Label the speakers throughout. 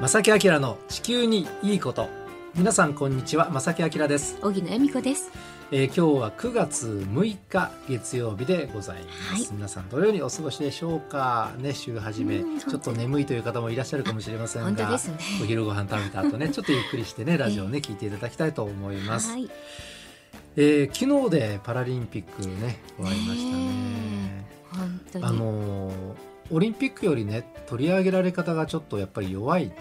Speaker 1: 正木明の地球にいいこと皆さんこんにちは正木明です、
Speaker 2: 荻野恵美子です。
Speaker 1: えー今日は9月6日月曜日でございます、皆さんどのようにお過ごしでしょうかね週始め
Speaker 2: うん
Speaker 1: ちょっと眠いという方もいらっしゃるかもしれませんが
Speaker 2: 本当ですね。
Speaker 1: お昼ご飯食べた 後ねちょっとゆっくりしてねラジオをね聞いていただきたいと思います、
Speaker 2: はい。
Speaker 1: えー昨日でパラリンピックね終わりましたね
Speaker 2: ね本当に。
Speaker 1: あのーオリンピックよりね取り上げられ方がちょっとやっぱり弱い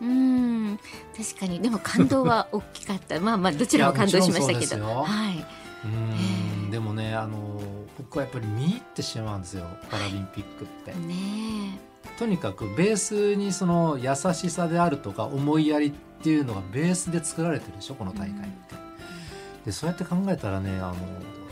Speaker 2: うん。確かに、でも感動は大きかった。 まあまあ、どちらも感動しました
Speaker 1: い
Speaker 2: けど。
Speaker 1: やもちろんそうですよ
Speaker 2: はい。
Speaker 1: うー
Speaker 2: え
Speaker 1: ん
Speaker 2: え
Speaker 1: でもねあの僕はやっぱり見入ってしまうんですよパラリンピックって、
Speaker 2: ね
Speaker 1: とにかくベースにその優しさであるとか思いやりっていうのがベースで作られてるでしょこの大会って、でそうやって考えたらねあの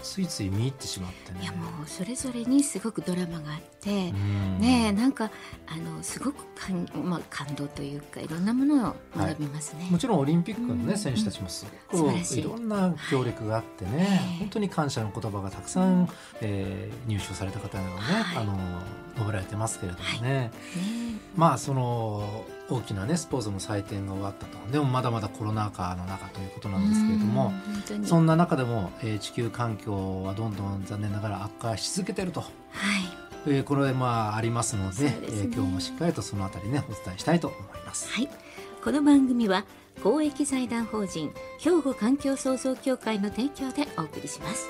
Speaker 1: ついつい見入ってしまって
Speaker 2: え。
Speaker 1: ね
Speaker 2: いや、もう、それぞれにすごくドラマがあって。
Speaker 1: うん
Speaker 2: ねえ、なんか、あの、すごく感、まあ、感動というか、いろんなものを学びますね。
Speaker 1: もちろんオリンピックのね、
Speaker 2: うん
Speaker 1: 選手たちもすご
Speaker 2: 素
Speaker 1: く
Speaker 2: 晴らしい
Speaker 1: いろんな協力があってね、
Speaker 2: はい
Speaker 1: 本当に感謝の言葉がたくさん、えー入賞された方がね、
Speaker 2: はい
Speaker 1: あの述べられてますけれどもね、
Speaker 2: ね
Speaker 1: まあその大きなねスポーツの祭典が終わったとでもまだまだコロナ禍の中ということ
Speaker 2: え
Speaker 1: なんですけれども、
Speaker 2: うん本当に。
Speaker 1: そ
Speaker 2: は
Speaker 1: んな中でも、えー地球環境はどんどん残念ながら悪化し続けてると、
Speaker 2: い。
Speaker 1: えーこれまあありますので
Speaker 2: そうで
Speaker 1: え
Speaker 2: すね
Speaker 1: ー今日もしっかりとそのあたりねお伝えしたいと思います。
Speaker 2: はい。この番組は公益財団法人兵庫環境創造協会の提供でお送りします。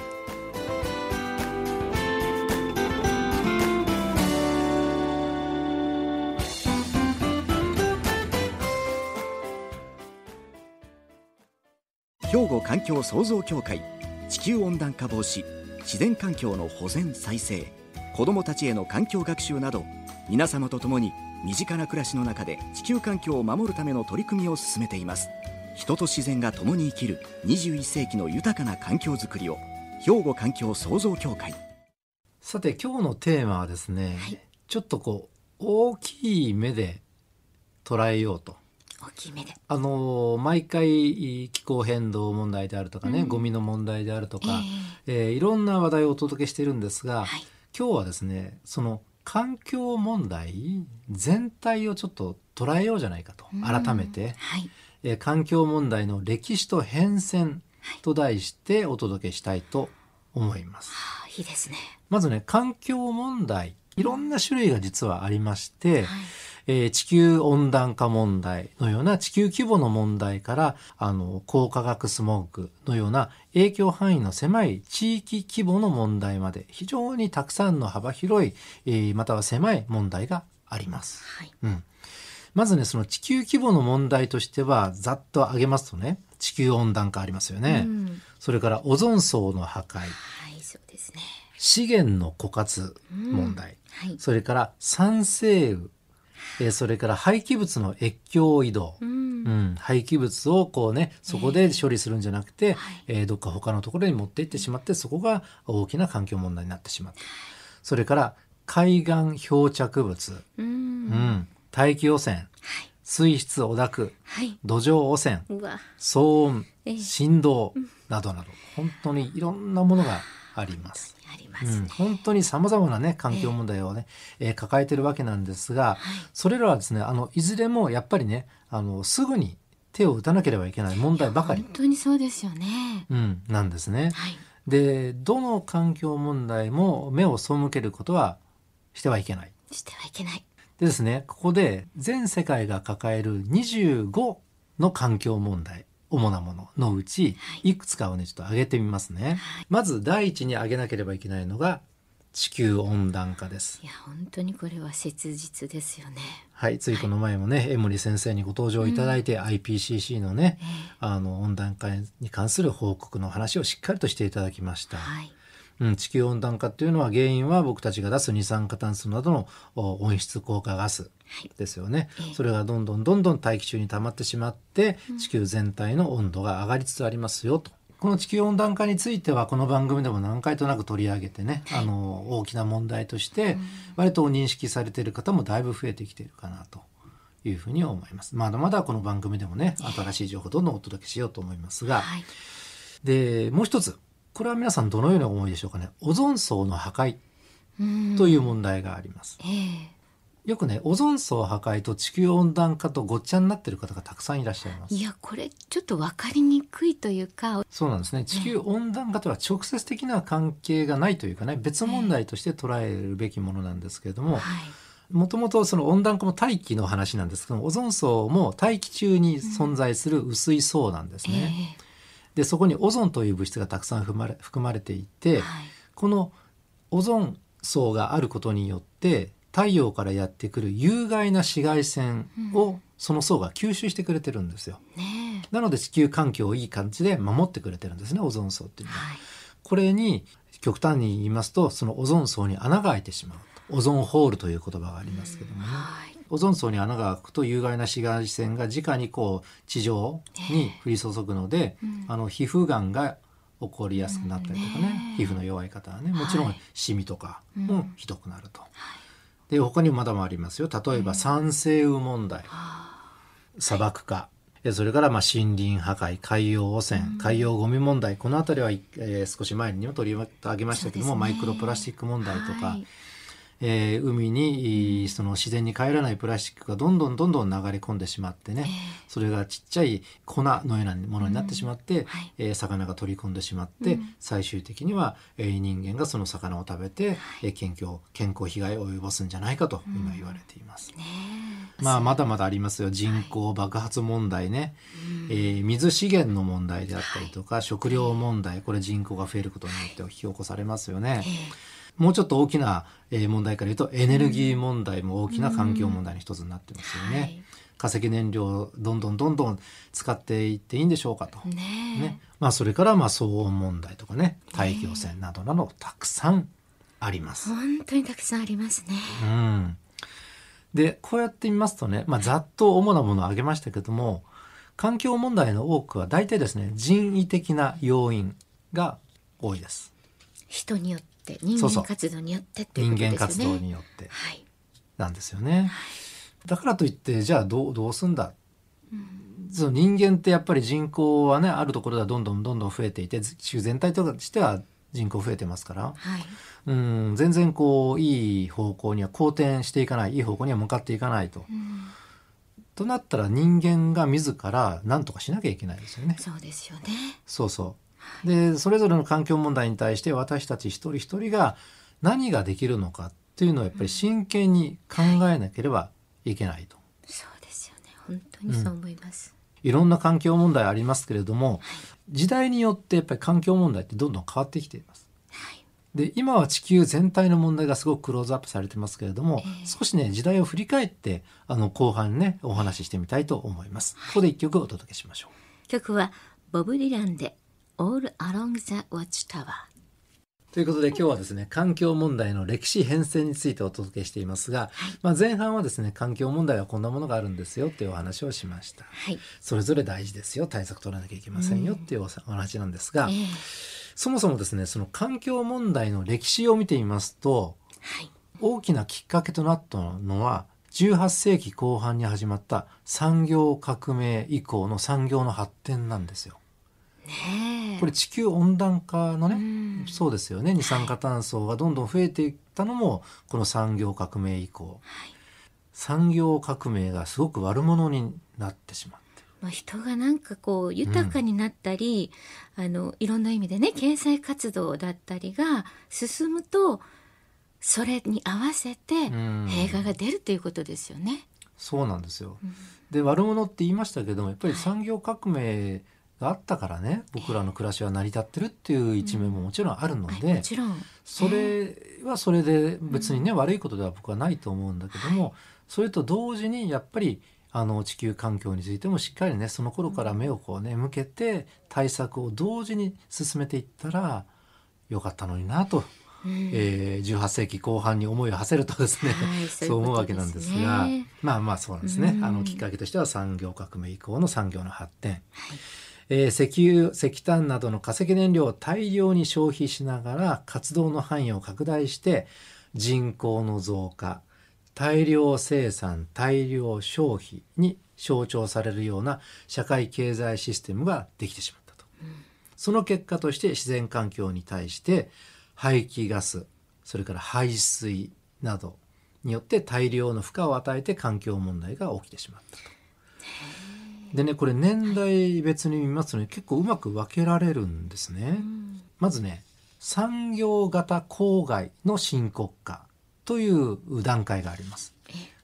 Speaker 3: 兵庫環境創造協会地球温暖化防止自然環境の保全再生子どもたちへの環境学習など皆様と共に身近な暮らしの中で地球環境を守るための取り組みを進めています人と自然が共に生きる21世紀の豊かな環境づくりを兵庫環境創造協会
Speaker 1: さて今日のテーマはですね、
Speaker 2: はい
Speaker 1: ちょっとこう大きい目で捉えようと。
Speaker 2: 大きい目で。
Speaker 1: あのー毎回気候変動問題であるとかね、
Speaker 2: うん
Speaker 1: ゴミの問題であると
Speaker 2: ええ
Speaker 1: か、えーいろんな話題をお届けしてるんですが、
Speaker 2: はい。
Speaker 1: 今日はですねその環境問題全体をちょっと捉えようじゃないかと
Speaker 2: うん
Speaker 1: 改めて、
Speaker 2: はい。
Speaker 1: えー環境問題の歴史と変遷と題してお届けしたいと思います。
Speaker 2: ああ、いいですね。
Speaker 1: まずね環境問題いろんな種類が実はありまして、
Speaker 2: はい。
Speaker 1: えー地球温暖化問題のような地球規模の問題からあの高化学スモークのような影響範囲の狭い地域規模の問題まで非常にたくさんの幅広い、えーまたは狭い問題があります。
Speaker 2: はい。
Speaker 1: うん、まずねその地球規模の問題としてはざっと挙げますとね地球温暖化ありますよね、
Speaker 2: うん
Speaker 1: それからオゾン層の破壊
Speaker 2: はい、そうですね。
Speaker 1: 資源の枯渇
Speaker 2: うん
Speaker 1: 問題、
Speaker 2: はい。
Speaker 1: それから酸性雨、えーそれから廃棄物の越境移動う
Speaker 2: う、。
Speaker 1: んん、廃棄物をこうねそこで処理するんじゃなくて、え
Speaker 2: はい
Speaker 1: ーどっか他のところに持って行ってしまってそこが大きな環境問題になってしまったそれから海岸漂着物、う
Speaker 2: う。
Speaker 1: んん、大気汚染
Speaker 2: はい。
Speaker 1: 水質汚濁
Speaker 2: はい。
Speaker 1: 土壌汚染
Speaker 2: うわ。
Speaker 1: 騒音
Speaker 2: ええ
Speaker 1: 振動などなど本当にいろんなものがあります。
Speaker 2: あります
Speaker 1: うん
Speaker 2: ね。
Speaker 1: 本当にさまざまなね環境問題をね、えー抱えてるわけなんですが、
Speaker 2: はい。
Speaker 1: それらはですねあのいずれもやっぱりねあのすぐに手を打たなければいけない問題ばかり
Speaker 2: 本、当にそうですよね。
Speaker 1: うん、なんですね。
Speaker 2: はい。
Speaker 1: でどの環境問題も目を背けることはしてはいけない。
Speaker 2: してはいけない。
Speaker 1: でですねここで全世界が抱える25の環境問題主なもののうち
Speaker 2: はい
Speaker 1: いくつかをねちょっと挙げてみますね。
Speaker 2: はい。
Speaker 1: まず第一に挙げなければいけないのが地球温暖化です。
Speaker 2: いや、本当にこれは切実ですよね。
Speaker 1: はい、ついこの前もね、江森先生にご登場いただいて、IPCC のね
Speaker 2: え、え
Speaker 1: あの温暖化に関する報告の話をしっかりとしていただきました。
Speaker 2: はい。
Speaker 1: うん、地球温暖化っていうのは原因は僕たちが出す二酸化炭素などのお温室効果ガス
Speaker 2: はい。
Speaker 1: ですよね
Speaker 2: ええ。
Speaker 1: それがどんどんどんどん大気中に溜まってしまって
Speaker 2: うん、
Speaker 1: 地球全体の温度が上がりつつありますよと。この地球温暖化についてはこの番組でも何回となく取り上げてね、あの大きな問題として、割と認識されている方もだいぶ増えてきているかなというふうに思います。まだまだこの番組でもね新しい情報どんどんお届けしようと思いますが、
Speaker 2: はい。
Speaker 1: でもう一つこれは皆さんどのような思いでしょうかねオゾン層の破壊
Speaker 2: うん
Speaker 1: という問題があります。
Speaker 2: ええ
Speaker 1: よくねオゾン層破壊と地球温暖化とごっちゃになってる方がたくさんいらっしゃいます
Speaker 2: いやこれちょっと分かりにくいというか
Speaker 1: そうなんですね地球温暖化とは直接的な関係がないというかね別問題として捉えるべきものなんですけれども
Speaker 2: はい
Speaker 1: もともとその温暖化も大気の話なんですけどもオゾン層も大気中に存在する薄い層なんですね。でそこにオゾンという物質がたくさん含まれ含まれてい
Speaker 2: ええ
Speaker 1: て
Speaker 2: はい
Speaker 1: このオゾン層があることによって太陽からやってくる有害な紫外線
Speaker 2: う
Speaker 1: をその層が吸収してくれてるんですよ。
Speaker 2: ね
Speaker 1: なので地球環境をいい感じで守ってくれてるんですねオゾン層っていう
Speaker 2: え
Speaker 1: のは。
Speaker 2: はい
Speaker 1: これに極端に言いますとそのオゾン層に穴が開いてしまうとオゾンホールという言葉がありますけどもね、
Speaker 2: はい
Speaker 1: オゾン層に穴が開くと有害な紫外線が直にこう地上に降り注ぐので、
Speaker 2: うん
Speaker 1: あの皮膚がんが起こりやすくなったりとかね,、
Speaker 2: ね
Speaker 1: 皮膚の弱い方はねもちろ
Speaker 2: は
Speaker 1: ん
Speaker 2: い
Speaker 1: シミとか
Speaker 2: う
Speaker 1: も
Speaker 2: ん
Speaker 1: ひどくなると。で他にもまだもありますよ例えば酸性雨問題、
Speaker 2: あ
Speaker 1: 砂漠化、えそれからまあ森林破壊海洋汚染、
Speaker 2: うん
Speaker 1: 海洋ゴミ問題この辺りは、えー少し前にも取り上げましたけども、
Speaker 2: そうですね
Speaker 1: マイクロプラスチック問題とか、
Speaker 2: はい
Speaker 1: えー海に、その自然に帰らないプラスチックがどんどんどんどん流れ込んでしまってね、それがちっちゃい粉のようなものになってしまって、
Speaker 2: はい
Speaker 1: えー魚が取り込んでしまって、
Speaker 2: うん
Speaker 1: 最終的には、えー人間がその魚を食べて、えー健康健康被害を及ぼすんじゃないかと今言われています。
Speaker 2: ねえ
Speaker 1: まあ、まだまだありますよ人口爆発問題ね、えー水資源の問題であったりとか、食料問題これ人口が増えることによって引き起こされますよね
Speaker 2: え、え
Speaker 1: もうちょっと大きなえー問題から言うとエネルギー問題も大きな環境問題の一つになってますよね、
Speaker 2: はい
Speaker 1: 化石燃料をどんどんどんどん使っていっていいんでしょうかと、
Speaker 2: ねえ
Speaker 1: ねまあ、それからまあ騒音問題とかね大気汚染などなどたくさんあります。
Speaker 2: 本当にたくさんありますね。
Speaker 1: うん、でこうやって見ますとね、まあ、ざっと主なものを挙げましたけども環境問題の多くは大体ですね人為的な要因が多いです
Speaker 2: 人によって人
Speaker 1: そうそ
Speaker 2: 間
Speaker 1: う
Speaker 2: 活動によってっていう
Speaker 1: 人
Speaker 2: ことですよ
Speaker 1: 間
Speaker 2: ね。
Speaker 1: 活動によって
Speaker 2: はい。
Speaker 1: なんですよね。だからといってじゃあどうどうすんだ、その人間ってやっぱり人口はねあるところではどんどんどんどん増えていて地球全体としては人口増えてますから、
Speaker 2: はい。
Speaker 1: うん、全然こういい方向には好転していかないいい方向には向かっていかないと。
Speaker 2: うん
Speaker 1: となったら人間が自ら何とかしなきゃいけないですよね。
Speaker 2: そうですよね。
Speaker 1: そうそう。でそれぞれの環境問題に対して私たち一人一人が何ができるのかっていうのをやっぱり真剣に考えなければいけないと。
Speaker 2: そうですよね。本当にそう思います。
Speaker 1: いろんな環境問題ありますけれども時代によってやっぱり環境問題ってどんどん変わってきています。
Speaker 2: はい。
Speaker 1: で今は地球全体の問題がすごくクローズアップされてますけれども、
Speaker 2: ええ
Speaker 1: 少しね時代を振り返ってあの後半ねお話ししてみたいと思います。ここで一曲お届けしましょう。
Speaker 2: 曲はボブ・ディランで All Along the Watchtower。
Speaker 1: ということで今日はですね環境問題の歴史変遷についてお届けしていますが、まあ、前半はですね環境問題はこんなものがあるんですよっていうお話をしました
Speaker 2: はい。
Speaker 1: それぞれ大事ですよ対策取らなきゃいけませんよっていうお話なんですが、
Speaker 2: ええ
Speaker 1: そもそもですねその環境問題の歴史を見てみますと
Speaker 2: はい。
Speaker 1: 大きなきっかけとなったのは18世紀後半に始まった産業革命以降の産業の発展なんですよ。
Speaker 2: ねえ。
Speaker 1: これ地球温暖化のね、
Speaker 2: うん
Speaker 1: そうですよね二酸化炭素がどんどん増えていったのもこの産業革命以降、
Speaker 2: はい
Speaker 1: 産業革命がすごく悪者になってしまって
Speaker 2: まあ人がなんかこう豊かになったり、あのいろんな意味でね経済活動だったりが進むとそれに合わせて
Speaker 1: ん
Speaker 2: 映画が出るということですよね。
Speaker 1: そうなんですよ。で悪者って言いましたけどもやっぱり産業革命があったからね僕らの暮らしは成り立ってるっていう一面ももちろんあるの
Speaker 2: はい
Speaker 1: で、
Speaker 2: もちろん。
Speaker 1: それはそれで別にね、悪いことでは僕はないと思うんだけども、それと同時にやっぱりあの地球環境についてもしっかりねその頃から目をこうね向けて対策を同時に進めていったらよかったのになと、
Speaker 2: うん
Speaker 1: えー18世紀後半に思いを馳せるとですね、
Speaker 2: はい
Speaker 1: そう思うわけなんですが
Speaker 2: そういうことですね
Speaker 1: まあまあそうなんですね、
Speaker 2: うん
Speaker 1: あのきっかけとしては産業革命以降の産業の発展、えー石油石炭などの化石燃料を大量に消費しながら活動の範囲を拡大して人口の増加大量生産大量消費に象徴されるような社会経済システムができてしまったと。その結果として自然環境に対して排気ガスそれから排水などによって大量の負荷を与えて環境問題が起きてしまったと。でねこれ年代別に見ますとね結構うまく分けられるんですね。
Speaker 2: うん
Speaker 1: まずね産業型郊外の深刻化という段階があります。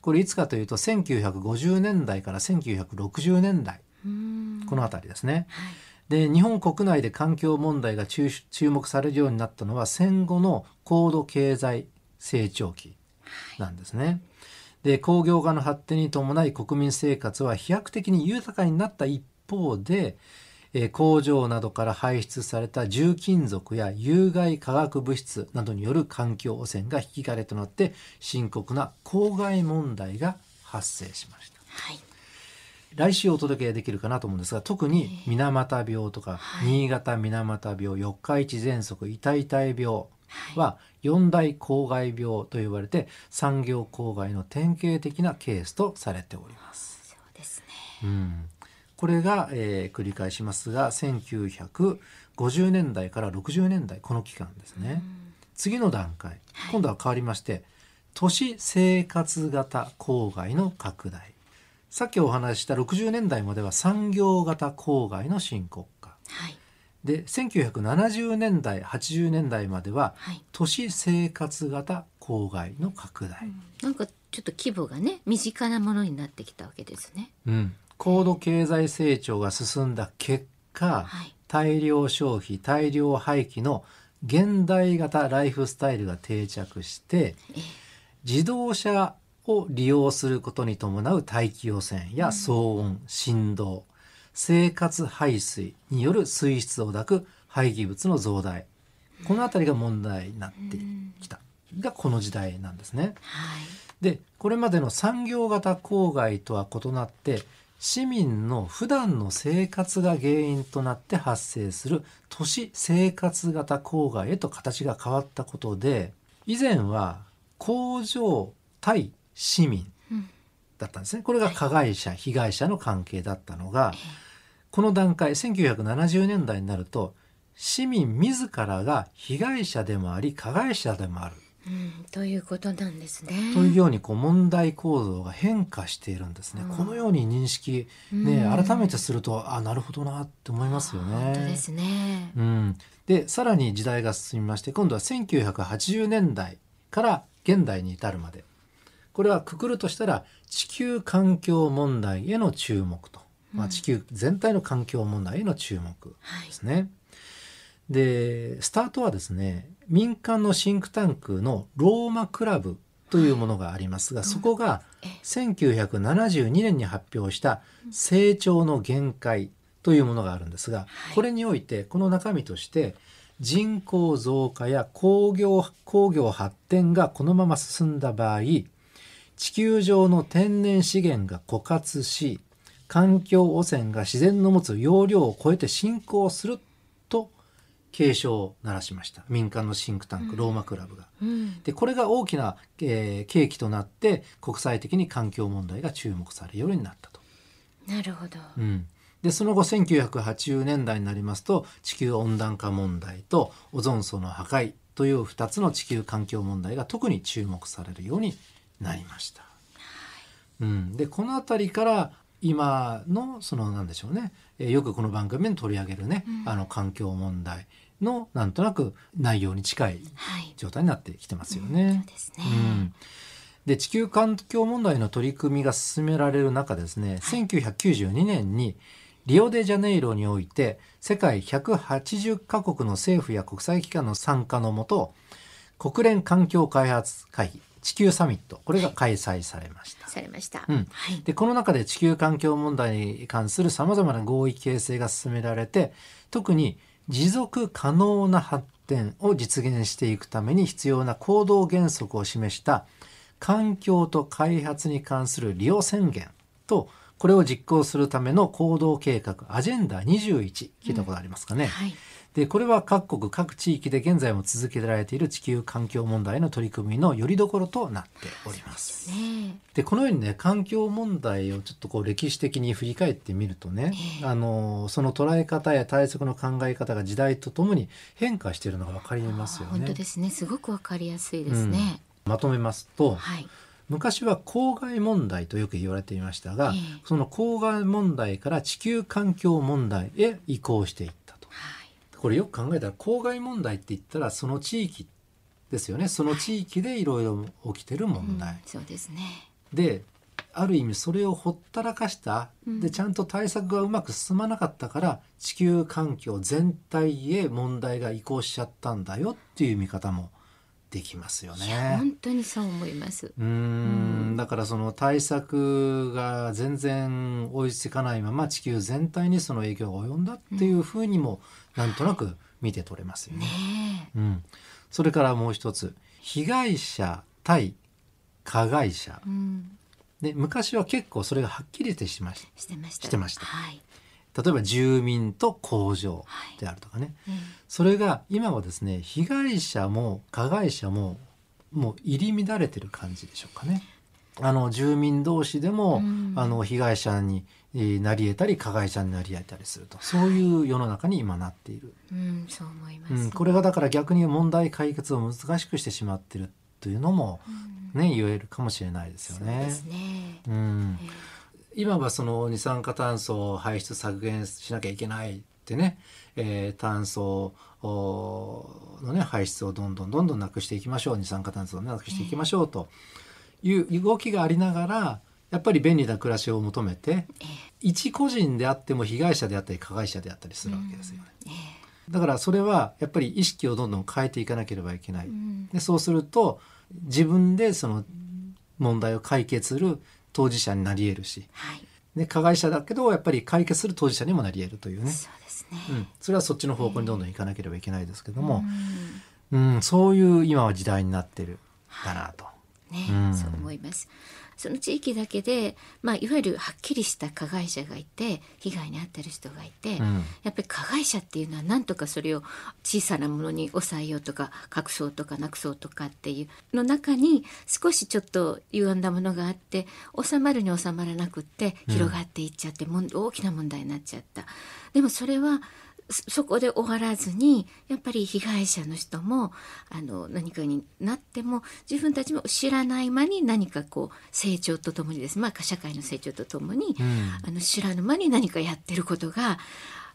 Speaker 1: これいつかというと1950年代から1960年代
Speaker 2: うん
Speaker 1: この辺りですね。で日本国内で環境問題が注注目されるようになったのは戦後の高度経済成長期なんですね。で工業化の発展に伴い国民生活は飛躍的に豊かになった一方で、えー工場などから排出された重金属や有害化学物質などによる環境汚染が引き金となって深刻な公害問題が発生しました。
Speaker 2: はい
Speaker 1: 来週お届けできるかなと思うんですが特に水俣病とか、
Speaker 2: はい
Speaker 1: 新潟水俣病四日市喘息痛い痛い病
Speaker 2: はい
Speaker 1: は四大公害病と言われて産業公害の典型的なケースとされております。
Speaker 2: そうですね
Speaker 1: うんこれが、えー繰り返しますが1950年代から60年代この期間ですね。次の段階
Speaker 2: はい
Speaker 1: 今度は変わりまして、都市生活型郊外の拡大さっきお話しした60年代までは産業型郊外の深刻化
Speaker 2: はい
Speaker 1: で1970年代80年代までは
Speaker 2: はい
Speaker 1: 都市生活型郊外の拡大、
Speaker 2: なんかちょっと規模がね身近なものになってきたわけですね
Speaker 1: うん高度経済成長が進んだ結果、
Speaker 2: はい
Speaker 1: 大量消費大量廃棄の現代型ライフスタイルが定着して
Speaker 2: ええ
Speaker 1: 自動車を利用することに伴う大気汚染や騒音振動生活排水による水質を抱く廃棄物の増大この辺りが問題になってきたがこの時代なんですね。
Speaker 2: はい
Speaker 1: でこれまでの産業型郊外とは異なって市民の普段の生活が原因となって発生する都市生活型郊外へと形が変わったことで以前は工場対市民
Speaker 2: うん
Speaker 1: だったんですねこれが加害者被害者の関係だったのがこの段階1970年代になると市民自らが被害者でもあり加害者でもある
Speaker 2: うんということなんですね
Speaker 1: というようにこう問題構造が変化しているんですね。
Speaker 2: うん
Speaker 1: このように認識ね
Speaker 2: うん
Speaker 1: 改めてするとあなるほどなって思いますよ
Speaker 2: 本当で
Speaker 1: ね。
Speaker 2: すね
Speaker 1: うん、でさらに時代が進みまして今度は1980年代から現代に至るまでこれはくくるとしたら地球環境問題への注目と、まあ、地球全体の環境問題への注目
Speaker 2: はい
Speaker 1: ですね。でスタートはですね民間のシンクタンクのローマクラブというものがありますが、そこが
Speaker 2: え
Speaker 1: 1972年に発表した「成長の限界」というものがあるんですが、
Speaker 2: はい
Speaker 1: これにおいてこの中身として人口増加や工業工業発展がこのまま進んだ場合地球上の天然資源が枯渇し環境汚染が自然の持つ容量を超えて進行すると警鐘を鳴らしました民間のシンクタンクローマクラブが。
Speaker 2: うん
Speaker 1: でこれが大きな、えー契機となって国際的に環境問題が注目されるようになったと。
Speaker 2: なるほど
Speaker 1: うんでその後1980年代になりますと地球温暖化問題とオゾン層の破壊という2つの地球環境問題が特に注目されるようになりました。うん、でこの辺りから今のそのなんでしょうね、えーよくこの番組で取り上げるね、あの環境問題のなんとなく内容に近い
Speaker 2: はい
Speaker 1: 状態になってきてますよね。
Speaker 2: そうですね
Speaker 1: うんで地球環境問題の取り組みが進められる中ですね、1992年にリオデジャネイロにおいて世界180カ国の政府や国際機関の参加のもと国連環境開発会議地球サミットこれが開催されました。
Speaker 2: されました
Speaker 1: うん
Speaker 2: はい
Speaker 1: でこの中で地球環境問題に関するさまざまな合意形成が進められて特に持続可能な発展を実現していくために必要な行動原則を示した環境と開発に関する利用宣言とこれを実行するための行動計画アジェンダ21聞いたことありますかね、
Speaker 2: はい
Speaker 1: でこれは各国各地域で現在も続けられている地球環境問題の取り組みのよりどころとなっております。
Speaker 2: ね
Speaker 1: でこのようにね環境問題をちょっとこう歴史的に振り返ってみるとね、あのその捉え方や対策の考え方が時代とともに変化しているのが分かり
Speaker 2: え
Speaker 1: ますよね。
Speaker 2: 本当ですねすごくわかりやすいですね
Speaker 1: まとめますと、
Speaker 2: はい
Speaker 1: 昔は公害問題とよく言われていましたが、
Speaker 2: ええ
Speaker 1: その公害問題から地球環境問題へ移行していったと。
Speaker 2: はい
Speaker 1: これよく考えたら公害問題って言ったらその地域ですよねその地域でいろいろ起きてる問題
Speaker 2: うん、そうですね
Speaker 1: である意味それをほったらかした、
Speaker 2: うん
Speaker 1: でちゃんと対策がうまく進まなかったから地球環境全体へ問題が移行しちゃったんだよっていう見方もできますよ
Speaker 2: いや
Speaker 1: ね。
Speaker 2: 本当にそう思います
Speaker 1: うーんだからその対策が全然追いつかないまま地球全体にその影響が及んだっていうふうにもなんとなく見て取れますよね。
Speaker 2: ね
Speaker 1: うん、それからもう一つ被害者対加害者、
Speaker 2: え、うん、
Speaker 1: で昔は結構それがはっきりとしまし
Speaker 2: してました
Speaker 1: してました
Speaker 2: はい、
Speaker 1: た例えば住民と工場であるとかね、
Speaker 2: え
Speaker 1: それが今はですね被害者も加害者ももう入り乱れてる感じでしょうかね。あの住民同士でも、
Speaker 2: うん
Speaker 1: あの被害者にえーなり得たり加害者になり得たりするとそういう世の中に今なっている、
Speaker 2: えうん、そう思います、
Speaker 1: うん、これがだから逆に問題解決を難しくしてしまってるというのも、ね言えるかもしれないですよ
Speaker 2: そう
Speaker 1: ね。
Speaker 2: ですね、
Speaker 1: うん
Speaker 2: ええ
Speaker 1: 今はその二酸化炭素を排出削減しなきゃいけないってね、えー炭素おーのね排出をどんどんどんどんなくしていきましょう二酸化炭素をねなくしていきましょうという動きがありながらやっぱり便利な暮らしを求めて
Speaker 2: え
Speaker 1: 一個人であっても被害者であったり加害者であったりするわけですよね。
Speaker 2: ええ
Speaker 1: だからそれはやっぱり意識をどんどん変えていかなければいけない
Speaker 2: えう。ん
Speaker 1: でそうすると自分でその問題を解決する当事者になり得るし
Speaker 2: はい、
Speaker 1: で加害者だけどやっぱり解決する当事者にもなり得るというね、
Speaker 2: そうですね、
Speaker 1: うん、それはそっちの方向にどんどん行かなければいけないですけど
Speaker 2: う
Speaker 1: も、
Speaker 2: ん
Speaker 1: うん、そういう今は時代になってるだなと。
Speaker 2: ね、
Speaker 1: うん
Speaker 2: そう思います。その地域だけで、まあ、いわゆるはっきりした加害者がいて被害に遭ってる人がいて、
Speaker 1: うん
Speaker 2: やっぱり加害者っていうのはなんとかそれを小さなものに抑えようとか隠そうとかなくそうとかっていうの中に少しちょっと歪んだものがあって収まるに収まらなくって広がっていっちゃって、もん大きな問題になっちゃった。でもそれはそそこで終わらずにやっぱり被害者の人もあの何かになっても自分たちも知らない間に何かこう成長とともにです、まあ、社会の成長とともに、
Speaker 1: うん
Speaker 2: あの知らぬ間に何かやってることが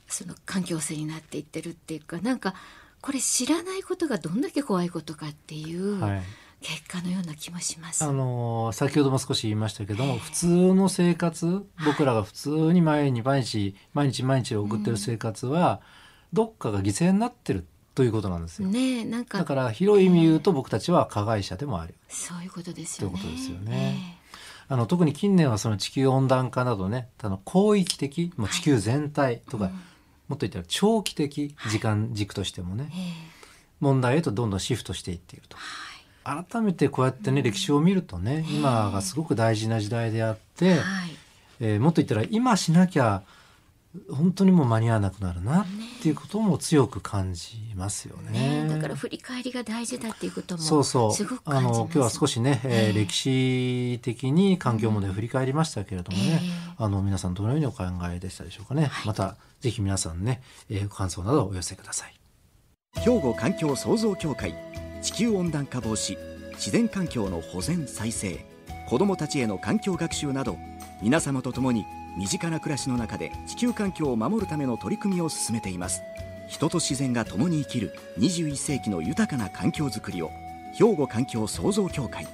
Speaker 2: その環境性になっていってるっていうかなんかこれ知らないことがどんだけ怖いことかっていう
Speaker 1: はい
Speaker 2: 結果のような気もします。
Speaker 1: あのー先ほども少し言いましたけども普通の生活僕らが普通に毎日毎日毎日毎日送ってる生活は、どっかが犠牲になってるということなんですよ。
Speaker 2: ねえなんか
Speaker 1: だから広い意味言うと僕たちは加害者でもある
Speaker 2: そういうことですよね。
Speaker 1: ということですよねあの特に近年はその地球温暖化などねあの広域的もう地球全体とか、
Speaker 2: うん
Speaker 1: もっと言ったら長期的時間軸としてもね、
Speaker 2: えええ
Speaker 1: 問題へとどんどんシフトしていっていると
Speaker 2: えはい
Speaker 1: 改めてこうやってね、歴史を見るとね今がすごく大事な時代であって、
Speaker 2: はい、
Speaker 1: えーもっと言ったら今しなきゃ本当にもう間に合わなくなるなっていうことも強く感じますよね。
Speaker 2: ね、だから振り返りが大事だっていうことも
Speaker 1: そうそう
Speaker 2: すごく感
Speaker 1: あ
Speaker 2: じます
Speaker 1: の今日は少しね、えー
Speaker 2: ええ
Speaker 1: 歴史的に環境問題を振り返りましたけれどもね、
Speaker 2: え
Speaker 1: あの皆さんどのようにお考えでしたでしょうかね、またぜひ皆さんね、えーご感想などお寄せください
Speaker 3: 兵庫環境創造協会地球温暖化防止自然環境の保全再生子どもたちへの環境学習など皆様と共に身近な暮らしの中で地球環境を守るための取り組みを進めています人と自然が共に生きる21世紀の豊かな環境づくりを兵庫環境創造協会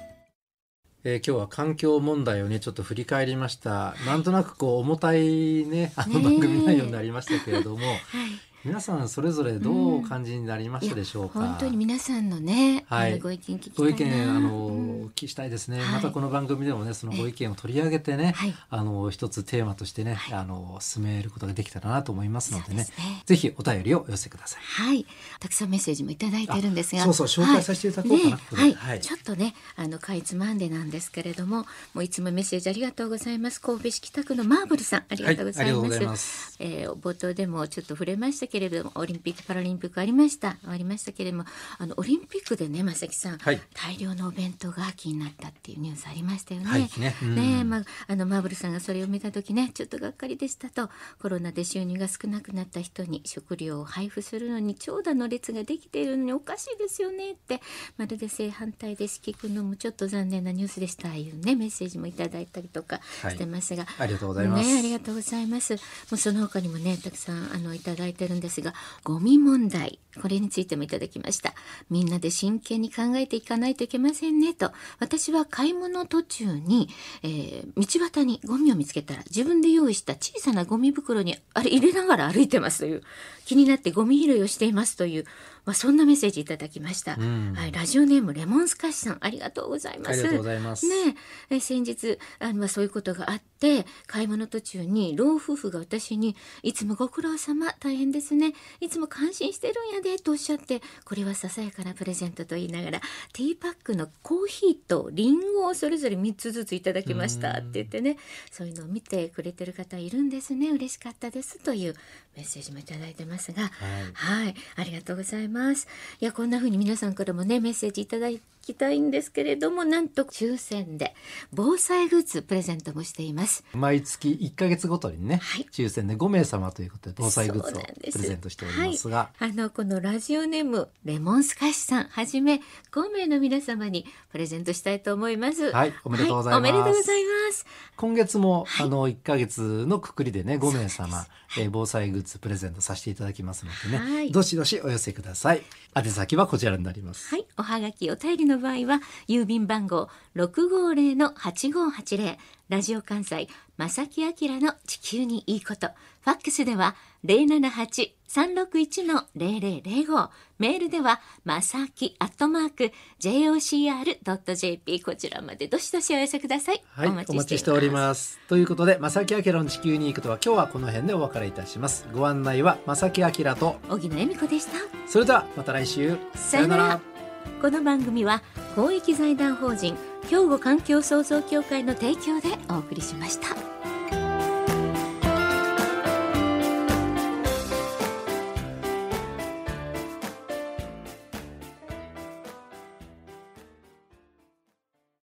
Speaker 1: えー今日は環境問題をねちょっと振り返りましたなんとなくこう重たいねあの
Speaker 2: ねえ
Speaker 1: 番組内容になりましたけれども、
Speaker 2: はい
Speaker 1: 皆さんそれぞれどうお感じになりましたでしょうか、
Speaker 2: 本当に皆さんのね、
Speaker 1: はい
Speaker 2: あのご意見聞きたいな
Speaker 1: ご意見あの、
Speaker 2: うん
Speaker 1: お聞きしたいですね、
Speaker 2: はい
Speaker 1: またこの番組でもねそのご意見を取り上げてね、
Speaker 2: はい
Speaker 1: あの一つテーマとしてね、あの進めることができたらなと思いますのでね
Speaker 2: そうですね
Speaker 1: ぜひお便りをお寄せください。
Speaker 2: はい、たくさんメッセージもいただいてるんですが、
Speaker 1: あそうそう紹介させていただこうかな
Speaker 2: は
Speaker 1: ここ
Speaker 2: い、ね
Speaker 1: で
Speaker 2: はい
Speaker 1: はい
Speaker 2: ちょっとね、あのかいつまんでなんですけれども、もういつもメッセージありがとうございます。神戸市北区のマーブルさん、ありがとうございます。
Speaker 1: はいありがとうございます
Speaker 2: えー冒頭でもちょっと触れましたけけれどもオリンピック・パラリンピックありましたありましたけれどもあのオリンピックでね正木さん、
Speaker 1: はい
Speaker 2: 大量のお弁当が秋になったっていうニュースありましたよね。
Speaker 1: はいねうん
Speaker 2: ねえまあ、あのマーブルさんがそれを見た時ねちょっとがっかりでしたとコロナで収入が少なくなった人に食料を配布するのに長蛇の列ができているのにおかしいですよねってまるで正反対でしきくのもちょっと残念なニュースでしたああいうねメッセージもいただいたりとか
Speaker 1: はい
Speaker 2: してますが、
Speaker 1: ありがとうございます
Speaker 2: ね、ありがとうございますもうその他にもねたくさんあのいただいてるんですがゴミ問題これについてもいただきましたみんなで真剣に考えていかないといけませんねと私は買い物途中に、えー道端にゴミを見つけたら自分で用意した小さなゴミ袋にあれ入れながら歩いてますという気になってゴミ拾いをしていますという、まあ、そんなメッセージいただきました、
Speaker 1: ん
Speaker 2: はい、ラジオネームレモンスカッシュさんありがとうございます
Speaker 1: ありがとうございます
Speaker 2: ねええ先日あのまあそういうことがあって買い物途中に老夫婦が私に「いつもご苦労様大変ですねいつも感心してるんやで」とおっしゃってこれはささやかなプレゼントと言いながらティーパックのコーヒーとリンゴをそれぞれ3つずついただきましたって言ってねそういうのを見てくれてる方いるんですね嬉しかったですというメッセージもいただいてますが、はい、ありがとうございます。いや、こんな風に皆さんからもね、メッセージいただきたいんですけれども、なんと抽選で防災グッズプレゼントもしています。
Speaker 1: 毎月1か月ごとにね、
Speaker 2: はい
Speaker 1: 抽選で5名様ということで防災グッズ
Speaker 2: そ
Speaker 1: を
Speaker 2: うなんです
Speaker 1: プレゼントしておりますが
Speaker 2: はい、あのこのラジオネームレモンスカッシュさんはじめ5名の皆様にプレゼントしたいと思います。
Speaker 1: はいおめでとうございます
Speaker 2: はおめでとうございます。
Speaker 1: 今月も、あの1か月のくくりでね5名様、えー防災グッズプレゼントさせていただきますのでね、
Speaker 2: はい
Speaker 1: どしどしお寄せください宛先はこちらになります、
Speaker 2: はい、おはがきお便りの場合は郵便番号六五零の八五八零ラジオ関西正木明の地球にいいこと。ファックスでは零七八三六一の零零零五メールでは正木アットマーク j o c r ドット j p こちらまでどしどしお寄せください。
Speaker 1: はい、お待ちしており
Speaker 2: す。
Speaker 1: ます。ということで、正木明の地球に行くとは、今日はこの辺でお別れいたします。ご案内は正木明と、
Speaker 2: 小木野恵美子でした。
Speaker 1: それではまた来週。
Speaker 2: さよなら。この番組は公益財団法人兵庫環境創造協会の提供でお送りしました。